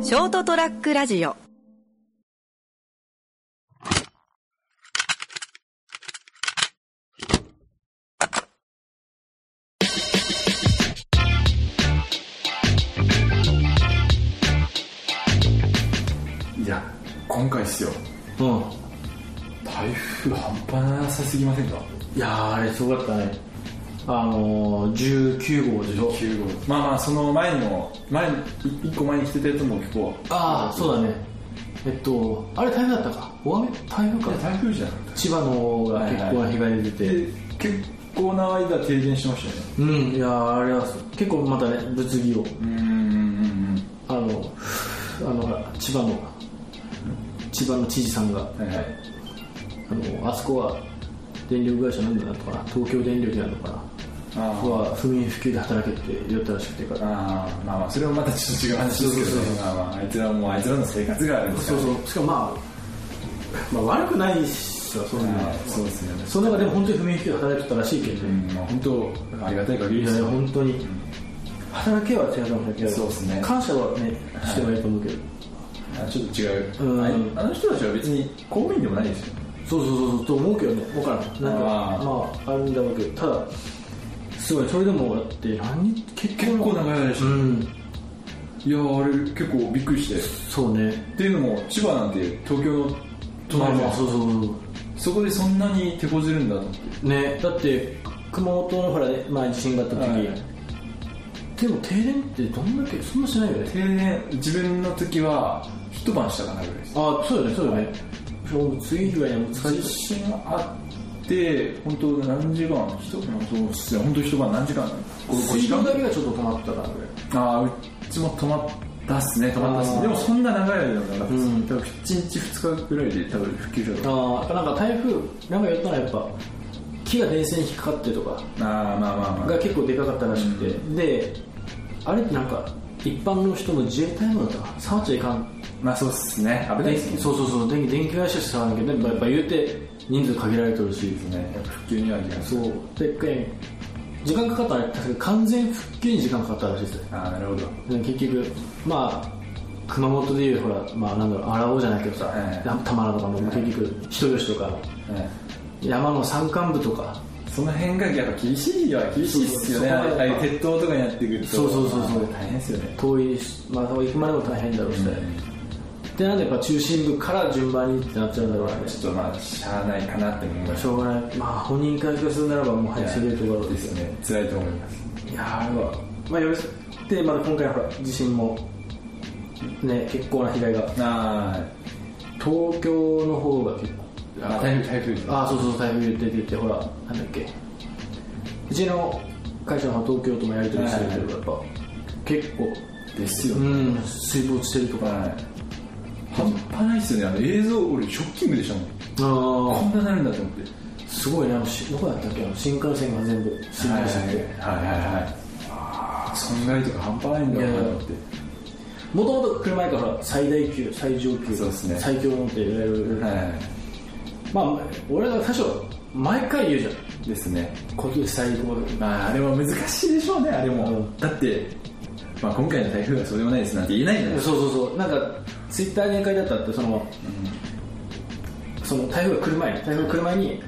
ショートトラックラジオいや今回ですようん。台風半端なさすぎませんかいやー、あれすごかったね。あのー、19号でしょ9号まあまあその前にも前に1個前に来てたやつも結構ああ、そうだね。えっと、あれ台風だったか大雨台風いやか。台風じゃなかっ千葉の方が結構な被害出てたて。で結構な間停電しましたよねうん、いやー、あれは結構またね、物議を。うんうんあの、あの、千葉の、千葉の知事さんが、うんはいはいあの、あそこは電力会社なんだなとかな、東京電力なのかな。あここは不眠不休で働けって言ったらしくてから。ああまあまあそれもまたちょっと違う話ですけどねそうそうそうまあまああいつらもあいつらの生活があるんですそうそう、しかもまあ、まあ悪くないしさ、そんな。はいそうですよねその中でも本当に不眠不休で働いてたらしいけど、うんまあ本当ありがたい限りいでやいすやよ本当に働けは手当たりだけどそうっすね感謝はねしてもいいと思うけど、あちょっと違う、うんあいあの人たちは別に公務員でもないですよそうそうそうそうと思うけどね分からんなんかあーまああるんだろうけどただすごいそれでもだって何日結結構長い間でしうたんいやあれ結構びっくりしてそうねっていうのも千葉なんて東京のまあ隣じゃまなあいそうそうそうそこでそんなに手こずるんだと思ってねだって熊本のほらね前地震があった時、はいでも停電ってどんだけそんなしないよね停電自分の時は一晩したかなぐらいですああそうだねそうだね、もう次の日はねもう疲れ地て震があって本当何時間一そうですね本当一晩何時間5時水道だ間けがちょっと止まったからねああうちも止まったっすね止まったっすあねーでもそんな長い間でもなかったです、うん多分1日2日ぐらいで多分復旧したと思うああなんか台風なんか言ったらやっぱ木が電線に引っかかってとかああまあまあまあが結構でかかったらしくて、であれってなんか一般の人の自衛隊もだったかな触っちゃいかんまあそうっすね危ないっすねそうそうそう電気電気会社しか触らんけどやっぱやっぱ言うて人数限られてるしねやっぱ復旧には時間そうで一回時間かかったら確か完全復旧に時間かかったらしいですねああなるほどで結局まあ熊本でいうほらまあなんだろう荒尾じゃないけどさ、ええ玉名とかも結局人吉とかはい山の山間部とかその辺がやっぱ厳しいは厳しいっすよねそうそうそうああいう鉄塔とかになってくるとそうそうそうそうまあ大変っすよね遠いし、まあ、行くまでも大変だろうし、でなんでやっぱ中心部から順番にってなっちゃうんだろうねちょっとまあしゃあないかなって思いましすょうがないまあ本人回復するならばもう早くしるところですよね辛いと思いますいやーあれはまあよろしでまだ今回ほら地震もね結構な被害があ東京の方が結構あまあ台風台風ですねああそうそう台風言ってててほらなんだっけうちの会社の方東京ともやり取りしてるけどやっぱ結構ですようねん水没してるとかはい半端ないっすよねあの映像俺ショッキングでしたもんああこんななるんだと思ってすごいな、あのしどこだったっけ、あの新幹線が全部は新いはい幹は線いで、はいはい損害とか半端ないんだろうなと思ってもともと車やからほら最大級、最上級、そうっすね最強のって言われる、はいまあ、俺が最初、毎回言うじゃん、ですね今年最高だまああれは難しいでしょうねあれも、うんだって、まあ、今回の台風はそうでもないですなんて言えないじゃないですかそうそうそう、なんか、ツイッターに書いてあったって、その、その台風が来る前に、台風が来る前に、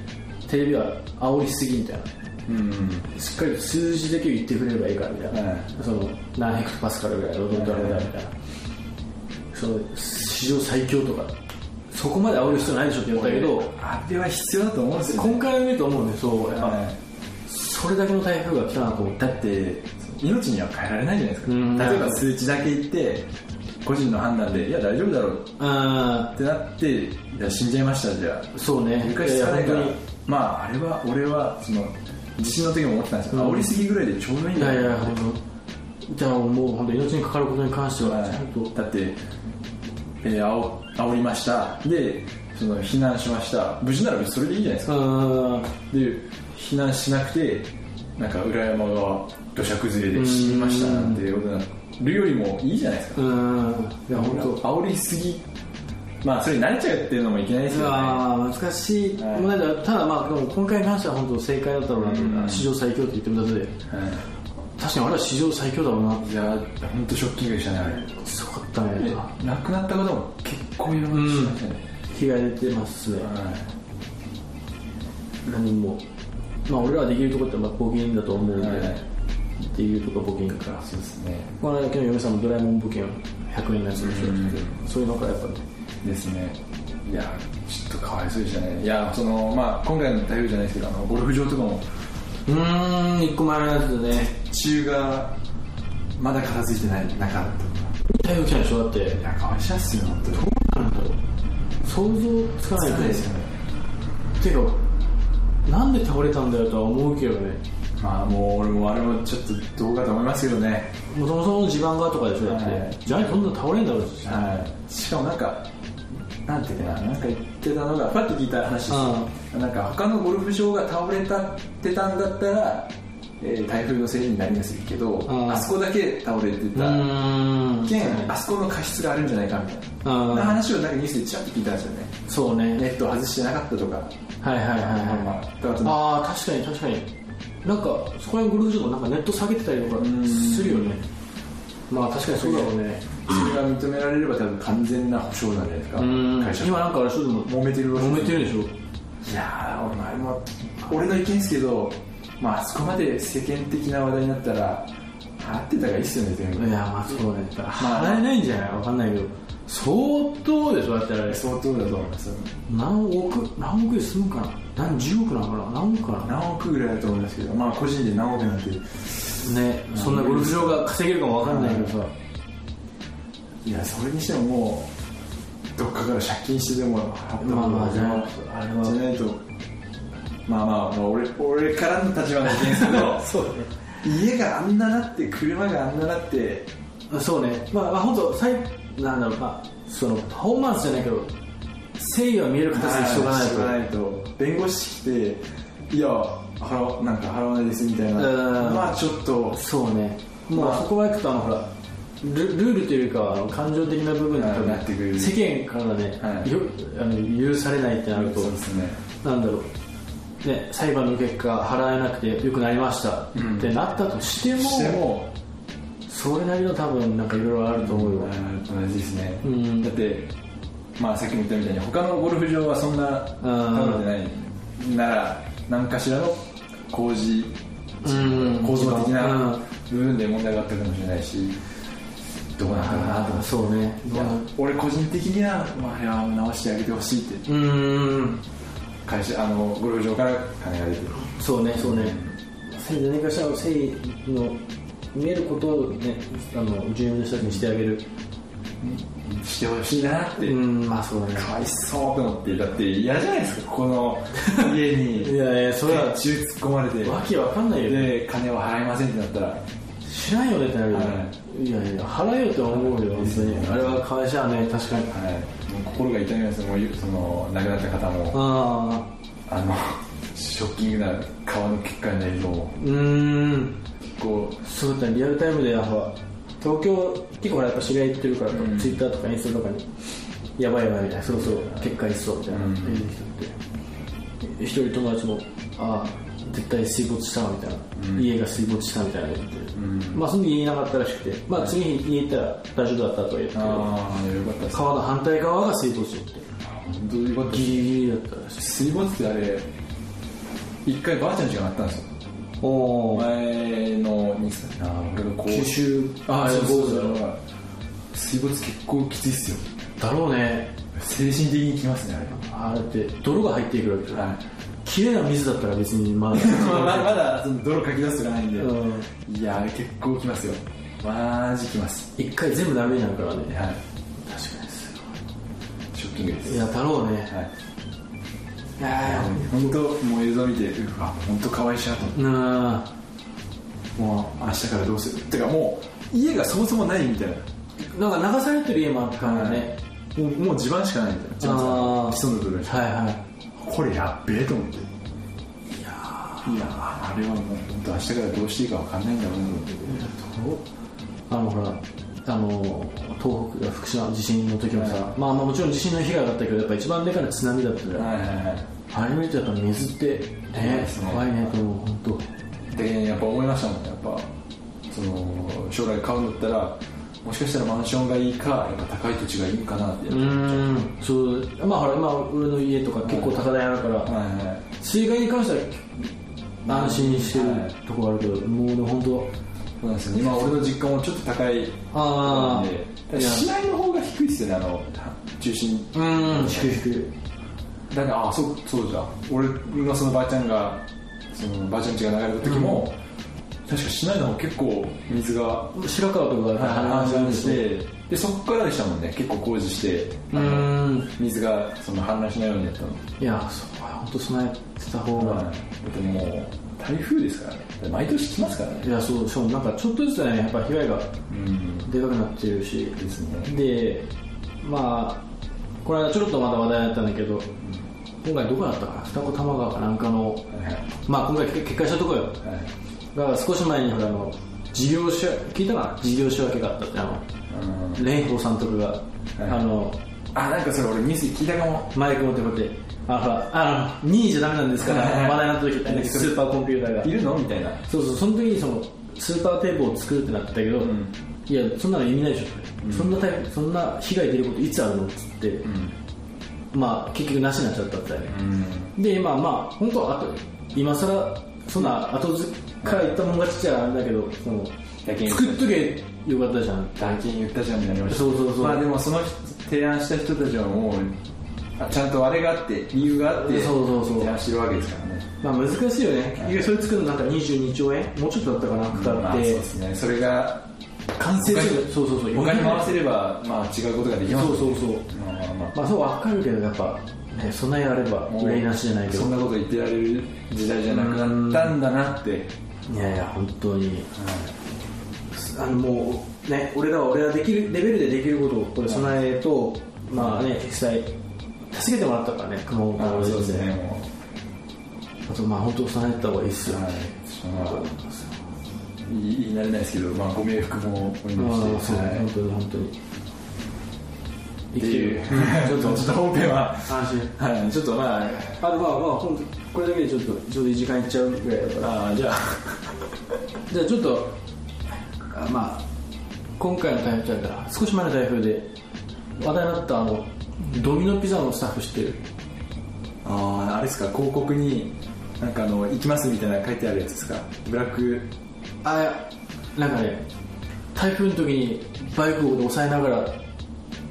テレビは煽りすぎみたいな。うんしっかり数字だけ言ってくれればいいからみたいな、はいその何ヘクトパスカルぐらいロドルドルだみたいな、その史上最強とかそこまで煽る必要ないでしょって言ったけどあれは必要だと思うんですよ、ね、今回見ると思うねそうやっぱ、それだけの台風が来たなと思ってだって命には変えられないじゃないですか、うん例えば数値だけ言って個人の判断でいや大丈夫だろうあってなっていや死んじゃいましたじゃああそうね床下ないいやかいらや本まああれは俺はその地震の時も思ってたんですよ、うん煽りすぎぐらいでちょうどいいん当にいだやよいや本当じゃあもう本当命にかかることに関してはちゃんと、だって、えー、あお煽りましたでその避難しました無事なら別にそれでいいじゃないですかうんで避難しなくてなんか裏山が土砂崩れで死にましたなんていうことになるよりもいいじゃないですかうんいや本当煽りすぎまあそれに慣れちゃうっていうのもいけないですよねああ難しい、はいまあただまあでも今回に関しては本当正解だったろうなと思った、うん史上最強って言ってもだってはい確かにあれは史上最強だろうな。いやー本当ショッキングでしたねあれすごかったね。亡くなった方も結構いろんな人いましたね、被害出てますね。はい何も。まあ俺らはできるところってまあ募金だと思うんで、はいできるとこ募金から。そうですねこの間の嫁さんもドラえもん募金を100円のやつでしょって、そういうのからやっぱね。ですねいやちょっとかわいそうでしたねいやそのまあ今回の台風じゃないですけどあのゴルフ場とかもうーん、一個前のやつでね。中がまだ片付いてない中とか台風来たでしょだって。いやかわいそうっすよ本当になんだろう想像つかないそうですよねてかなんで倒れたんだよとは思うけどねまあもう俺もあれもちょっとどうかと思いますけどねもともとの地盤がとかでしょだって、はいじゃあそんな倒れんだろうし、はい、しかもなんか、なんていうかな、なんか言ってたのが、パッと聞いた話です、なんか他のゴルフ場が倒れたってたんだったら、えー台風のせいになりますけど、んあそこだけ倒れてうた、ーんけん、あそこの過失があるんじゃないかみたいうな、んな話をなんかニュースでちらっと聞いたんですよね、そうねネット外してなかったとか、はいはいはいはい、まあだからああ確かに確かになんかそこら辺ゴルフ場もなんかネット下げてたりとかするよねまあ確かにそうだろうねそれが認められれば、多分完全な保証なんじゃないですか、うん会社今なんかあれでしょでも揉めてるらしい揉めてるでしょいやー、俺も俺の意見ですけど、まあ、あそこまで世間的な話題になったら、払ってた方がいいっすよね、全部。いやまあそうねだからまあ払えないんじゃないわかんないけど相当でしょだってあれ相当だと思います。何億何億で済むかな何十億なのかな何億かな何億ぐらいだと思いますけど、まあ、個人で何億なんて。ねそんなゴルフ場が稼げるかもわかんないけどさいや、それにしてももう、どっかから借金してでも払ったまあまあじじゃゃないああれは、じゃないと。まあまあ、まあ、俺俺からの立場の意見ですけど そうだね家があんななって、車があんななって、そうねまあ、まあ、本当最なんだろうまあそのパフォーマンスじゃないけど誠意は見える形にしとかはないといしとかないと弁護士来ていや払わなんか払わないですみたいなうんまあちょっとそうねままああそこは行くとあのほらルルールというかあの感情的な部分はいなってくる世間からね、はいよあの許されないってなるとそうですねなんだろう、ね、裁判の結果払えなくてよくなりましたってなったとしても,、してもそれなりの多分なんかいろいろあると思うよ、同じですね、うんだってまあさっきも言ったみたいに他のゴルフ場はそんなうん倒れてないなら何かしらの工事うん構造的うなん部分で問題があったかもしれないしどうなのかなと思ってそうねいや俺個人的には、まあ、あれは直してあげてほしいってうーん会社あのゴルフ場から金が出てるそうねそうね何かしらの誠意の見えることをねあの住民の人たちにしてあげるしてほしいなって、うんまあそうだねかわいそうと思ってだって嫌じゃないですかここの家に いやいやそれは血中突っ込まれわてけわかんないよで金は払いませんってなったら知らんよねってなるよね、、はいやいや払えよって思うよ本当にあれは会社はね確かにはいもう心が痛みますもうその亡くなった方もあああのショッキングな川の結果の映像もうーん結構そうだねリアルタイムでやっぱ東京結構ほらやっぱ知り合い行ってるから、んツイッターとかインスタとかにやばいやばいみたいなそろそろ結果いっそうみたいな、うん言う人って一人友達もああ絶対水没したわみたいな、家が水没したみたいな言って、まあその時言えなかったらしくてまあ次に家行ったら大丈夫だったとは言ってああよかったです川の反対側が水没してて本当によかったでギすリギリだったらしい水没ってあれ一回ばあちゃん家があったんですよおー前の兄さんあ俺がこう九州ああ、そうそ水没う水没結構きついっすよ。だろうね精神的にきますね、あれ。あれって泥が入っていくわけじゃんはい綺麗な水だったら別にまだ まだ、まだその泥かき出すとかないんで。うんいや、あれ結構きますよ。マジきます。一回全部ダメになるからねはい。確かにすショッキングでごいす。いやだろうね、はい。い、や本当もう映像見て、うわ、本当可愛いしなと思っーなあて。もう、明日からどうするてかもう、家がそもそもないみたいな。なんか流されてる家もあったからね、もう、もう地盤しかないみたいな。地盤あーさん、基礎の部分しか。はい、はいこれやっべえと思って。いやいやあれはもう、本当明日からどうしていいかわかんないんだろうなと思って。あのほらあの東北福島地震の時もさ、はまあまあもちろん地震の被害があったけどやっぱ一番でかいのは津波だったじゃん、はいはいはいあれ見るとやっぱ水って怖いねですね怖いねと思う本当。でやっぱ思いましたもんねやっぱその将来買うんだったらもしかしたらマンションがいいかやっぱ高い土地がいいかなって、うーんそうまあほら今俺の家とか結構高台あるから、はいは水害に関しては安心してはるいとこあるけど、もうね本当いそうなんですよね今俺の実家もちょっと高いああで市内の方が低いっすよねあの中心うん低い低いだからあそうそうじゃん俺のそのばあちゃんがそのばあちゃん家が流れた時も、確か市内の方結構水が白川とかが氾濫ししててでそこからでしたもんね結構工事してうあのーん水がその氾濫しないようにやったのいやそう本当備えてた方が、だってもう台風ですからね毎年来ますからねいやそうしかもなんかちょっとずつねやっぱ被害がうんでかくなってるしですねでまあこの間ちょろっとまだ話題になったんだけど、今回どこだったかな二子玉川かなんかのはいはいまあ今回決決壊したとこよはいが少し前にほらあの事業者聞いたかな事業仕分けがあったってあのうん蓮舫さんとかが、いあのあなんかそれ俺ミス聞いたかもマイク持ってこうやってあのほらあの2位じゃダメなんですからはいはい話題になった時ってスーパーコンピューターがいるのみたいなそうそうその時にそのスーパーテープを作るってなったけど、んいやそんなの意味ないでしょ、そんなタイプそんな被害出ることいつあるのっつって、んまあ結局なしになっちゃったって、うんで今まあ本当あと今更そんな後付から言ったもん勝ちじゃあれだけどそのだけ作っとけよかったじゃん断金言ったじゃんみたいになりましたそうそうそうまあでもその人提案した人たちはもうあちゃんとあれがあって理由があってそうそうそう提案してるわけですからねまあ難しいよね結局それ作るのなんか22兆円もうちょっとだったかなかまかあっそうて、ですねそれが完成す他るにそうそうそう他に回せればまあ違うことができますそうそうそうまあまあまあまあそうわかるけどやっぱね備えあればもう憂いなしじゃないけどそんなこと言ってられる時代じゃなくなったんだなっていやいや本当にあのもうね俺らは俺らできるレベルでできることをこれ備えと、まあね実際助けてもらったからね熊本まのあそう人です生ねもあとまあ本当備えた方がいいっすうよ、はいあまあ言い言いなれないですけどまあご冥福もお祈まりしてあそう、はい本当に本当に生ってきているうちょ っとちょっと本編は安心はいちょっとまあ あとまあまあ本当これだけでちょっとちょうどいい時間いっちゃうぐらいだからああじゃあじゃあちょっとあまあ今回の台風だから少し前の台風で話題になったあのドミノピザのスタッフ知ってるあああれですか広告になんかあの行きますみたいな書いてあるやつですかブラックあいやなんかね台風の時にバイクを押さえながら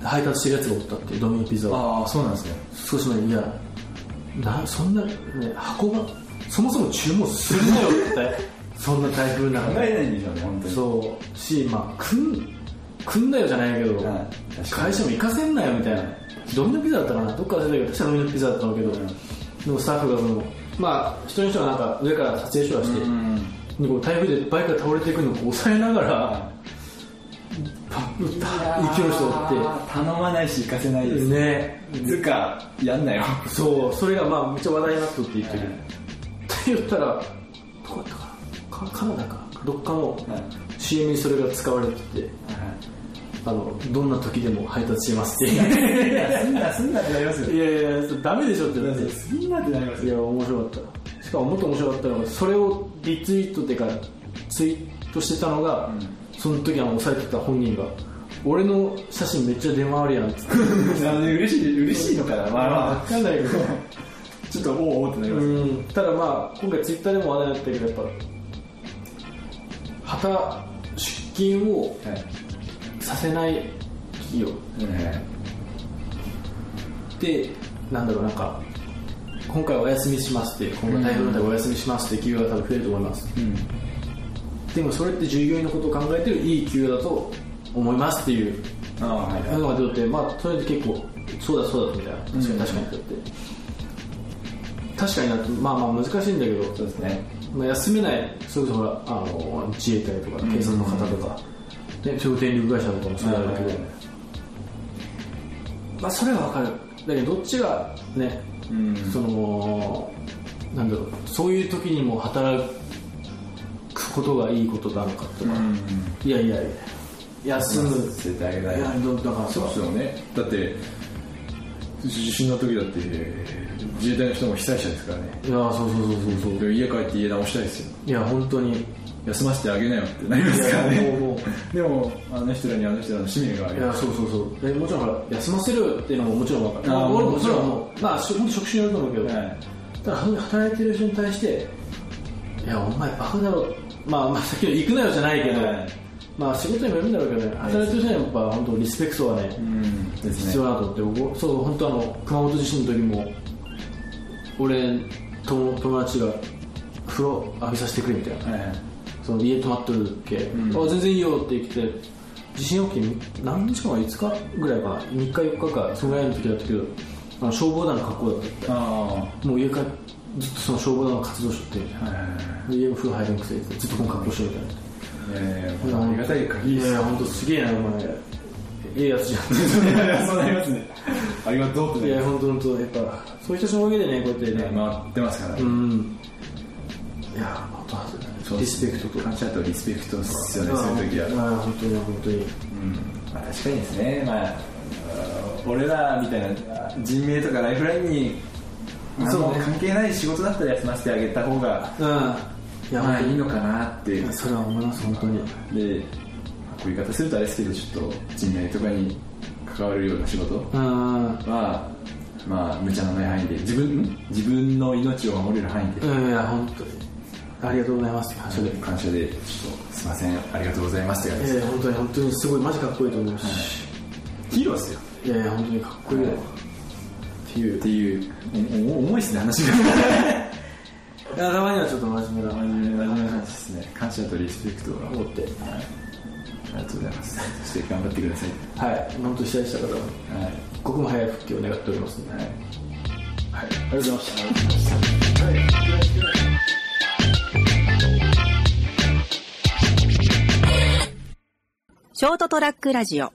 配達してるやつがおったっていうドミノピザをああそうなんですね少し前にいやなそんな、ね、運ばそもそも注文するなよって そんな台風の考中でえないんでしょうね本当にそうしまあくんくんだよじゃないけど、はい確かに会社も行かせんなよみたいなドミノピザだったかなどっか忘れたけど確かドミノピザだったんだけど、んでもスタッフがそのまあ一人の人がなんか上から撮影所出して、うんでこう台風でバイクが倒れていくのをこう抑えながらパッパッ勢いの人がおっ頼まないし行かせないてですねつかやんなよそうそれがまあめっちゃ話題になっとって言ってる、って言ったらどこだったかなカカナダかどっかのはい CM にそれが使われてて、あのどんな時でも配達しますってすんなすんなってなりますよ いやいやいやダメでしょって言ってすんなってなりますいよや面白かったしかももっと面白かったのがそれをリツイートっていうかツイートしてたのが、その時あの押さえてた本人が俺の写真めっちゃ出回るやんっつって なんで嬉しい嬉しいのかなまあま分かんないけどあちょっとおおってなりますうんただまあ今回ツイッターでも話題になったけどやっぱ旗出勤をはいさせない企業でなんだろうなんか今回お休みしますって今後台風の中でお休みしますって企業が多分増えると思います、でもそれって従業員のことを考えてるいい企業だと思いますっていうああはいはいのが出てまあそれで結構そうだそうだみたいな確かに確かにって言って、確かになってまあまあ難しいんだけどそうですねまあ、休めない、それこそほらあの自衛隊とか警察の方とか、でそういう電力会社とかもそうだけど、まあ、それはわかる、だけど、どっちがね、うんそのなんだろう、そういう時にも働くことがいいことなのかとか、いやいやいや、休む、絶対あげないいやどだからさそうですよねだって地震の時だって自衛隊の人も被災者ですからねいやそうそうそうそうそう、でも家帰って家直したいですよいや、本当に、休ませてあげなよってなりますからいやもうもねでもあの人らにあの人らの使命があいるやそうそうそうでもちろんほら休ませるっていうのももちろん分かるあーま俺ももそちれろんはもうまあし本当職種によると思うけど、はいただ働いてる人に対して「いやお前バカだろ」まあまあさっきの「行くなよ」じゃないけど、はいまあ仕事にもよるんだろうけどね働いてる人にはやっぱ本当リスペクトはね、うんですね必要だと思って僕そう本当あの熊本地震の時も俺と友達が風呂浴びさせてくれみたいなはいはいその家泊まっとるっけ、うんあ全然いいよって言って地震起き何日間か5日ぐらいかな3日4日かそのぐらいの時だったけどあの消防団の格好だったああもう家からずっとその消防団の活動しとってはいはいはいで家も風呂入るんくせにずっとこの格好してるみたいなええありがたい限りいやいや本当すげえなお前ええやつじゃんいやいやそうなりますねありがとうって いなやり本当本当やっぱそういう人たちのおかげでねこうやってね、ます回ってますからうんいや本当はずだねリスペクトと感謝とリスペクトですよねあそういう時はあ本当に本当にまあ、確かにですね、まあ、あー俺らみたいな人命とかライフラインに何そうもね関係ない仕事だったら休ませてあげた方が、うんいやまあ、いい本のかなっていう当でにそれは思います本当にまあこういう言い方するとあれですけどちょっと人命とかに関わるような仕事うんは、まあ、無茶のない範囲で自分ん自分の命を守れる範囲でうんいや本当にありがとうございますって感謝で感謝でちょっとすいませんありがとうございますって感じえですえ本当に本当にすごいマジかっこいいと思いますし、ヒーローですよい、やいや本当にかっこいいよ、っていうっていうおお重いですね話が いやたまにはちょっと真面目な真面目な話ですね感謝とリスペクトが思ってありがとうございますそして頑張ってくださいはい本当に被災した方ははい、一刻も早い復帰を願っておりますねはいはい、ありがとうございましたショートトラックラジオ